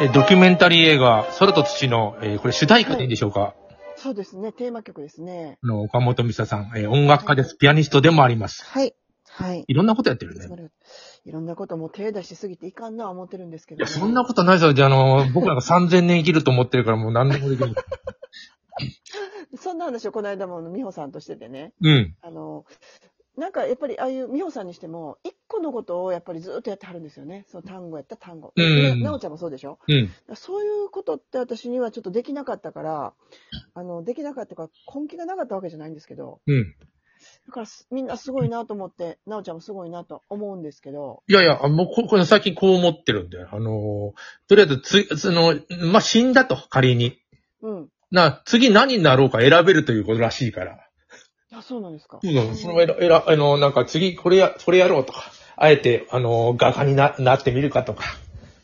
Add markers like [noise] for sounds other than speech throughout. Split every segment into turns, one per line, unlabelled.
えードキュメンタリー映画、空と土の、えーこれ主題歌でいいんでしょうか、
そうですね。テーマ曲ですね。
あの、岡本美沙さん、えー音楽家です。ピアニストでもあります。
はい。はい。
いろんなことやってるね。
いろんなこともう手出しすぎていかんな思ってるんですけ
い
ど、
や、そんなことないですよ。で、あの、僕なんか3000年生きると思ってるからもう何でもできる。
[laughs] そんな話をこの間もあの美穂さんとしててね。
[laughs] うん。
あの、なんかやっぱりああいう美穂さんにしても、一個のことをやっぱりずっとやってはるんですよね。その単語やったら単語。
うん
ななおちゃんもそうでしょ
うん。
そういうことって私にはちょっとできなかったから、あの、できなかったから根気がなかったわけじゃないんですけど、
うん。
だからすみんなすごいなと思って、なおちゃんもすごいなと思うんですけど、
いやいや、あもうこ、これ最近こう思ってるんだよ。あのー、とりあえず、つ、その、まあ、死んだと、仮に。
うん。
な、次何になろうか選べるということらしいから。
あ、そうなんですか。
うん、その、えら、えら、あの、なんか次、これや、これやろうとか。あえて、あのー、画家にな、なってみるかとか。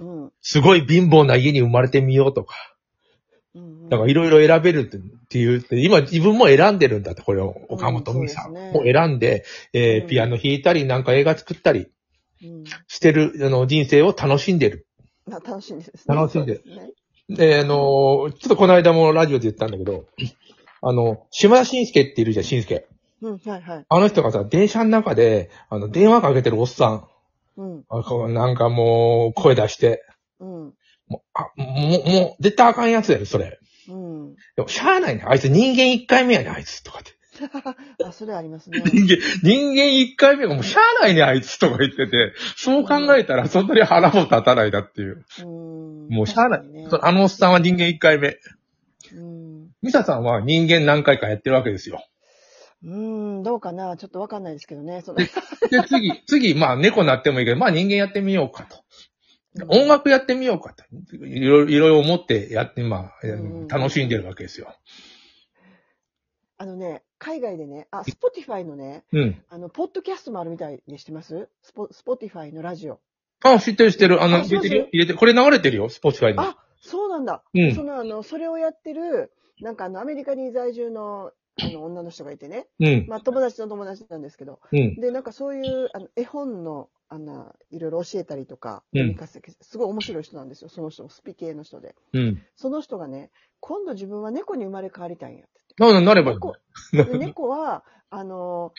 うん。うん
すごい貧乏な家に生まれてみようとか。
うん
だからいろいろ選べるってっていう、今自分も選んでるんだって、これを、岡本美さん
うん
も
そうですね
選んで、えー
うん
ピアノ弾いたり、なんか映画作ったり
うん
してる、あの、人生を楽しんでる。
な楽しんでですね。
楽しんで
そうすね。
で、あのーちょっとこの間もラジオで言ったんだけど、あの、島田紳介っているじゃん、紳介。
うん、はいはい。
あの人がさ、電車の中で、あの、電話かけてるおっさん。
うん、
あこうなんかもう、声出して。
うん、
もう、あ、もう、もう、絶対あかんやつやろ、それ。
うん。
でも、しゃあないね。あいつ人間一回目やね、あいつ。とかって。
あ、それありますね。
人間、人間一回目がもうしゃあないね、あいつとか言ってて、そう考えたらそんなに腹も立たないなっていう。
うん。
もうしゃあない
確かにね。
そのあのおっさんは人間一回目。
うん。
ミサさんは人間何回かやってるわけですよ。
うん、どうかなちょっとわかんないですけどね。その
で、次、 [laughs] 次、まあ猫なってもいいけど、まあ人間やってみようかと。音楽やってみようかと。いろいろ、いろいろ思ってやって、まあ、あ
う
の
ん
楽しんでるわけですよ。
あのね、海外でね、あ、スポティファイのね、
うん。
あの、ポッドキャストもあるみたいでしてますスポ、スポティファイのラジオ。
あ、知ってる知ってる。あの、
あ
入
そう
れて
そう
るよ入れてるこれ流れてるよ、スポーツ界に。
あ、そうなんだ。
うん
その、あの、それをやってる、なんかあの、アメリカに在住の、あの、女の人がいてね。
うん。
まあ、友達の友達なんですけど。
うん。
で、なんかそういう、あの、絵本の、あの、いろいろ教えたりとか、
うん
読み聞かせたりすごい面白い人なんですよ。その人も、スピ系の人で。
うん。
その人がね、今度自分は猫に生まれ変わりたいんやって
な、な、なればいい。
猫
な
で猫は、あの、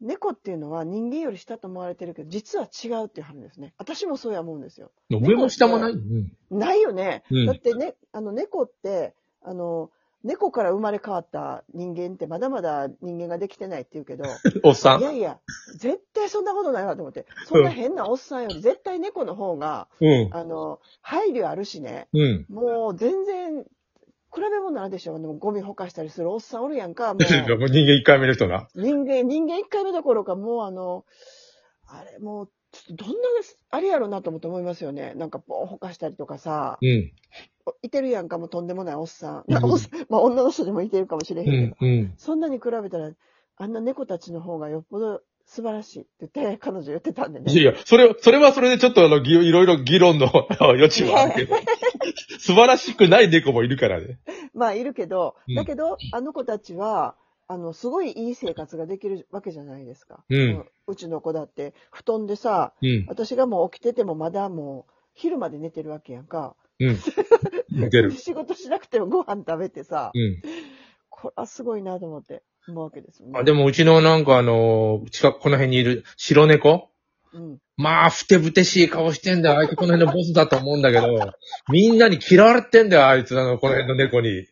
猫っていうのは人間より下と思われてるけど、実は違うっていう話ですね。私もそうや思うんですよ。
上も下もない。うん。
ないよね。
うん
だってね、あの、猫って、あの、猫から生まれ変わった人間ってまだまだ人間ができてないって言うけど、い
おっさん。
やいや、絶対そんなことないわと思って、そんな変なおっさんより絶対猫の方が、
うん。
あの、配慮あるしね、
[laughs] うん。
もう全然、比べ物なんでしょあの、ゴミほかしたりするおっさんおるやんか、も
[laughs]
う。
人間一回目の人が。
人間、人間一回目どころか、もうあの、あれ、もう、ちょっとどんな、あれやろなと思って思いますよね。なんか、ぼーほかしたりとかさ、
うん。
いてるやんか、もうとんでもないおっさん。
うん
なおっさん [laughs] まあ、女の人でもいてるかもしれへん
う
けど、
ん。うん。
そんなに比べたら、あんな猫たちの方がよっぽど素晴らしいって言って、 [laughs] 彼女言ってたんで
いや
ね。
いや、それ、それはそれでちょっとあの、ぎいろいろ議論の余地はあるけ [laughs] ど。素晴らしくない猫もいるからね。
まあ、いるけど
うん、
だけど、あの子たちは、あの、すごいいい生活ができるわけじゃないですか。
うん
もううちの子だって、布団でさ、
うん。
私がもう起きててもまだもう、昼まで寝てるわけやんか。
うん。出る。
仕事しなくてもご飯食べてさ、
うん。
これはすごいなと思って思うわけですよね。
あ、でもうちのなんかあの、近く、この辺にいる白猫
うん。
まあ、ふてぶてしい顔してんだよ。あいつこの辺のボスだと思うんだけど、みんなに嫌われてんだよ、あいつあの、この辺の猫に。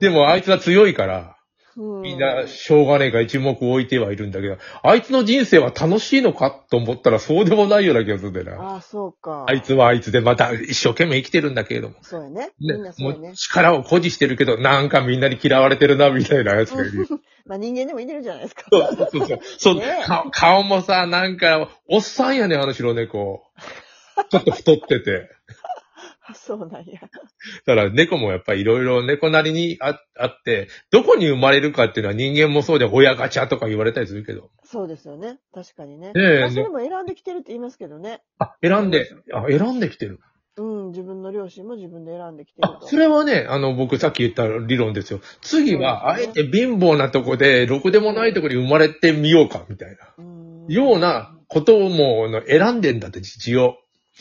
でも、あいつは強いから。
う
みんな、しょうがねえから一目置いてはいるんだけど、あいつの人生は楽しいのかと思ったらそうでもないような気がするんだよな。
ああ、そうか。
あいつはあいつでまた一生懸命生きてるんだけれども。
そうやね。み
ね
んな、そう
も
やね
う。力を誇示してるけど、なんかみんなに嫌われてるな、みたいなやつがいる。
[laughs] まあ人間でもいてるじゃないですか。
そうそうそうそう。そう
[laughs] ねえ
顔顔もさ、なんか、おっさんやね、あの白猫。ちょっと太ってて。
あそうなんや。
だから猫もやっぱりいろいろ猫なりにああって、どこに生まれるかっていうのは人間もそうで親ガチャとか言われたりするけど。
そうですよね。確かにね。
ねえ
まあそれも選んできてるって言いますけどね。
あ、選んで、あ、選んできてる。
うん、自分の両親も自分で選んできてる
あ
と。
それはね、あの、僕さっき言った理論ですよ。次は、あえて貧乏なとこで、ろくでもないとこに生まれてみようか、みたいな。
うん
ようなことをもうあの選んでんだって、一応。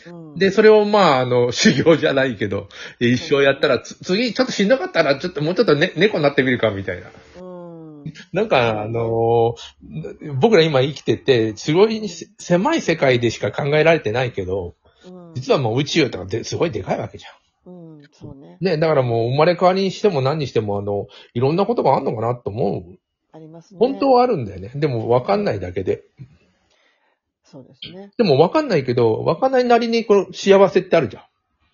うん、
で、それをまあ、あの、 [laughs] 修行じゃないけど、え一生やったら、つ次、ちょっとしんどかったら、ちょっともうちょっと、ね、猫になってみるか、みたいな。
うん。
なんか、あのー僕ら今生きてて、すごいせ狭い世界でしか考えられてないけど、
うん。
実はもう宇宙とかってすごいでかいわけじゃん。
うん、そうね。
ね、だからもう生まれ変わりにしても何にしても、あの、いろんなことがあんのかなと思う。
ありますね。
本当はあるんだよね。でも分かんないだけで。
そうですね。
でも分かんないけど、分かんないなりにこの幸せってあるじゃ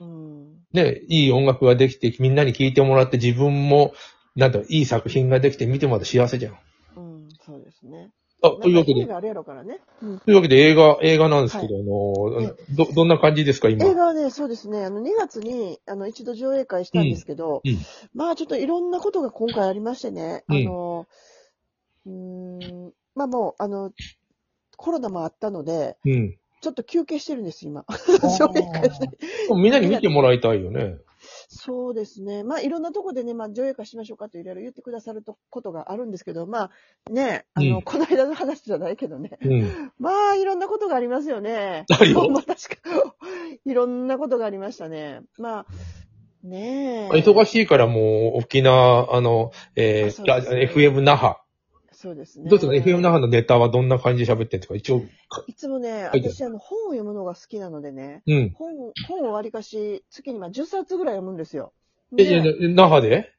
ん。
うん。
ね、いい音楽ができて、みんなに聴いてもらって自分も、なんだ、いい作品ができて見てもらって幸せじゃん。
うん、そうですね。
あ、というわけ
なんか意味
で、
があるやろからね。うん
というわけで映画、映画なんですけど、
い
あの、ど、どんな感じですか、今。
映画はね、そうですね、あの、2月に、あの、一度上映会したんですけど、
うんうん
まあ、ちょっといろんなことが今回ありましてね、
うん
あの、うーん、まあもう、あの、コロナもあったので、
うん。
ちょっと休憩してるんです、今。 [laughs] 上映会したり。
でもみんなに見てもらいたいよね。
そうですね。まあ、いろんなとこでね、まあ、上映会しましょうかといろいろ言ってくださるとことがあるんですけど、まあ、ね、あの、
うん
この間の話じゃないけどね。
うん。
まあ、いろんなことがありますよね。
あるよ
[laughs] まあ、確か、いろんなことがありましたね。まあ、ねえ。
忙しいからもう、沖縄、あの、え
あ
ー
そうですね
ラ FM 那覇。
そうですね。
どうですか、FM 那覇のネタはどんな感じで喋ってんですか一応、か
いつもね、
はい
私、あの、本を読むのが好きなのでね、
うん。
本、本をわりかし、月にまあ10冊ぐらい読むんですよ。
え、
で
いや那覇で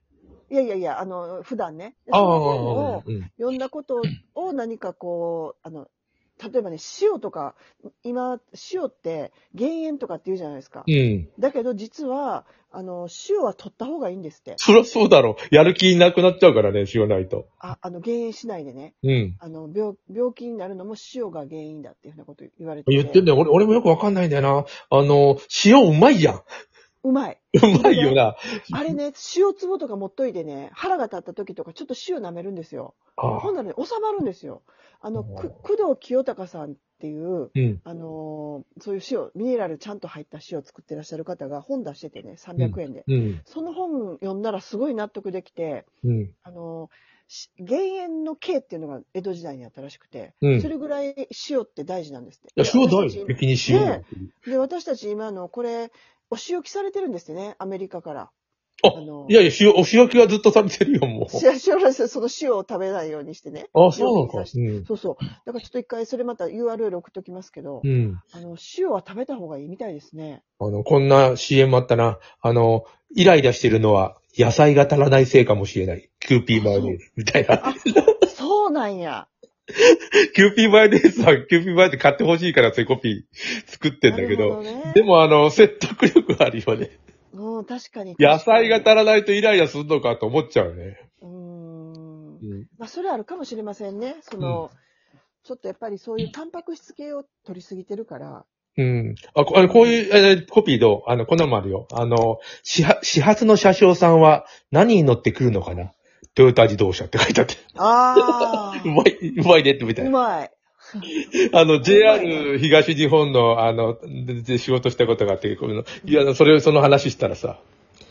いやいやいや、あの、普段ね。で
あ
そ
あ
の本を、
うん。
読んだことを何かこう、あの、例えばね、塩とか、今、塩って減塩とかって言うじゃないですか。
うん。
だけど実は、あの、塩は取った方がいいんですって。
そりゃそうだろう。やる気なくなっちゃうからね、塩ないと。
あ、あの、減塩しないでね。
うん。
あの、病、病気になるのも塩が原因だっていうふうなこと言われてて。
言ってんだよ。俺、俺もよくわかんないんだよな。あの、塩うまいやん。
うまい。
うまいよな。
あれね、塩壺とか持っといてね、腹が立った時とかちょっと塩舐めるんですよ。
あ
ほ
あ
んならね、収まるんですよ。あの、
お
く
ー
工藤清隆さんっていう、
うん。
あのーそういう塩、ミネラルちゃんと入った塩を作ってらっしゃる方が本出しててね、300円で。
うん。
その本読んだらすごい納得できて、
うん。
あのーし減塩の刑っていうのが江戸時代にあったらしくて、
うん
それぐらい塩って大事なんですって。
いや、塩だ
私
よ。
たち
敵に塩なんて。
で、私たち今あの、これ、お仕置きされてるんですってね、アメリカから。
あ
あの
いやいや、塩、お塩気はずっとされてるよ、も
ししおらせその塩を食べないようにしてね。
う。あ、そうなのか。うん。
そうそう。だからちょっと一回それまた URL 送っときますけど、
うん。
あの、塩は食べた方がいいみたいですね。
あの、こんな CM あったな。あの、イライラしてるのは野菜が足らないせいかもしれない。キューピーマヨネーズみたいな。 [laughs]
そうなんや。
キューピーマヨネーズはキューピーマヨネーズ買ってほしいからセコピー作ってんだけ
なる
ど。
ほね
でもあの、説得力あるよね。
うん、確かに。
野菜が足らないとイライラするのかと思っちゃうね。
うーん
う。ん。
まあ、それあるかもしれませんね。その、ちょっとやっぱりそういうタンパク質系を取りすぎてるから。
あ、こあのこういう、えーコピーどうあの、こんなのもあるよ。あの、始発始発の車掌さんは何に乗ってくるのかなトヨタ自動車って書いてあ [laughs] って。
あ
うまい、うまいねってみたいな
あ。[laughs] う。まい。
あの、JR 東日本の、あの、でで仕事したことがあって、この、いや、あのそれを、その話したらさ、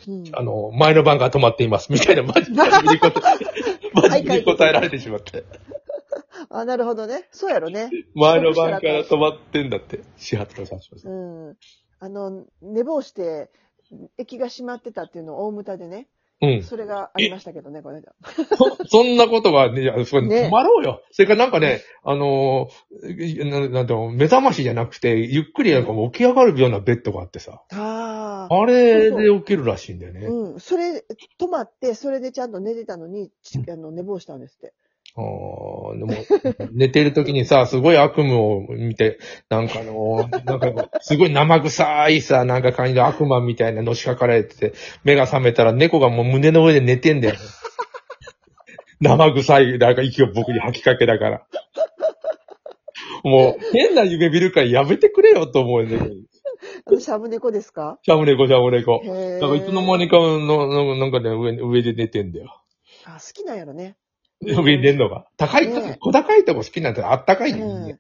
うん
あの、前の晩が止まっています、みたいな、マジマジに
[laughs]
答え、マジに答えられてしまって。
あ、なるほどね。そうやろね。
前の晩から止まってんだって、始発とさします。
うん。あの、寝坊して、駅が閉まってたっていうのを大牟田でね。
うん。
それがありましたけどね、この間。
そ、そんなことがね、いやそれ
ね
止まろうよ。それからなんかね、あのー、ななんだろう、目覚ましじゃなくて、ゆっくりなんかもう起き上がるようなベッドがあってさ、
ああ。
あれで起きるらしいんだよね。
うん。それ、止まって、それでちゃんと寝てたのに、ちあの寝坊したんですって。
ああ、でも、寝てる時にさ、すごい悪夢を見て、なんかあの、なんか、すごい生臭いさ、なんか感じの悪魔みたいなのしかかられてて、目が覚めたら猫がもう胸の上で寝てんだよ。生臭い、なんか息を僕に吐きかけだから。もう、変な夢見るからやめてくれよと思うんだけど。
あの、シャブ猫ですか
シャム猫、シャム猫。
へえ。
なんかいつの間にかの、のなんかね、上上で寝てんだよ。
あ、好きなんやろね。
上で寝んのが。高い、
ね
小高いとこ好きなんてあったかいんだよね。
う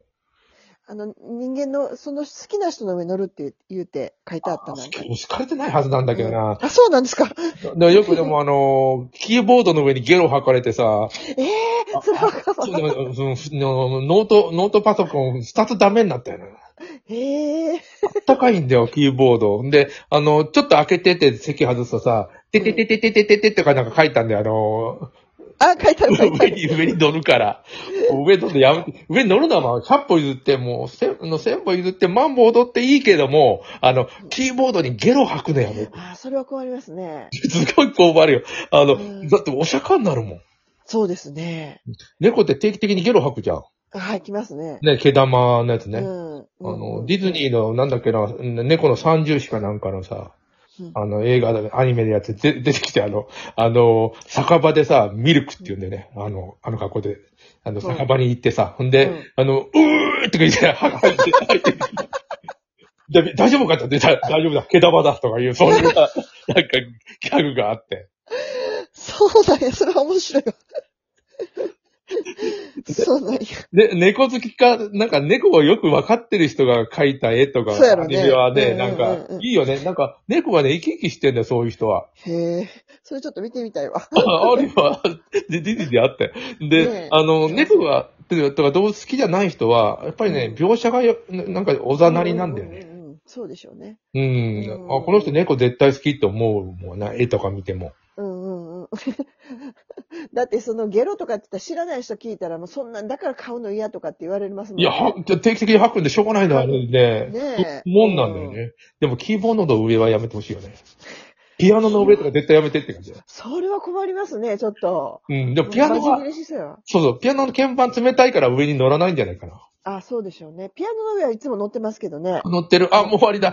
ん。あの、人間の、その好きな人の上に乗るって言うて書いてあったな。
好かれてないはずなんだけどな。
あ、そうなんですか。
でもよくでもあの、キーボードの上にゲロ吐かれてさ、 [laughs]
ええー、それはかわ
そのそのノート、ノートパソコン二つダメになったよな。
ええ
全高いんだよ、キーボード。んで、あの、ちょっと開けてて席外すとさ、ててててててててとかなんか書いたんだよ、あの、
あ、書いてある書い [laughs] てあ
上 [laughs]
る。
に、上に乗るから。もう上乗ってやめて、上に乗るのはまあ100歩譲って、もう1000、あの1000歩譲って万歩踊っていいけども、あの、キーボードにゲロ吐くのやめて。
あ、それは困りますね。
すごい困るよ。あの、
うん
だってお釈迦になるもん。
そうですね。
猫って定期的にゲロ吐くじゃん。
はい、来ますね。
ね、毛玉のやつね。
うん。
あの、ディズニーの、なんだっけな、猫の三重視かなんかのさ、
うん
あの、映画だ、アニメのやつで出てきて、あの、あの、酒場でさ、ミルクって言うんだよね。あの、あの格好で。あの、
ん
酒場に行ってさ、ほんで、
うん
あの、うーって言って、吐いて、吐いて。で大丈夫かって言ったら大丈夫だ、毛玉だとかいう、そういうさ、なんか、ギャグがあって。
そうだね、それは面白い
[laughs]
わ。そうだよ。
で、猫好きか、なんか猫をよくわかってる人が描いた絵とか、
そうや
ア
ろ
ニ
ね
メはね、
うん
なん
うんうん
か
う、ん
いいよね。なんか、猫がね、生き生きしてんだよ、そういう人は。
へえ、それちょっと見てみたいわ。
ああるい
[laughs]
は、ディズニーであって。で、
ねえ
あの、猫が、とか動物好きじゃない人は、やっぱりね、描写がよ、ななんか、おざなりなんだよね。
うんうんうん。そうでしょうね。
うん
うん
あ、この人猫絶対好きって思うもんな、絵とか見ても。
うんうんうん。 [laughs] だってそのゲロとかって言ったら知らない人聞いたらもうそんなんだから買うの嫌とかって言われますもん
いや、は定期的に吐くんでしょうがないのあれね。
ねえ
もんなんだよね。でも、キーボードの上はやめてほしいよね。ピアノの上とか絶対やめてって感じだよ。
それは困りますね、ちょっと。
うん、でもピアノ
真面
は
目、な姿勢は。
そうそう、ピアノの鍵盤冷たいから上に乗らないんじゃないかな。
あ、そうでしょうね。ピアノの上はいつも乗ってますけどね。
乗ってる、あ、もう終わりだ。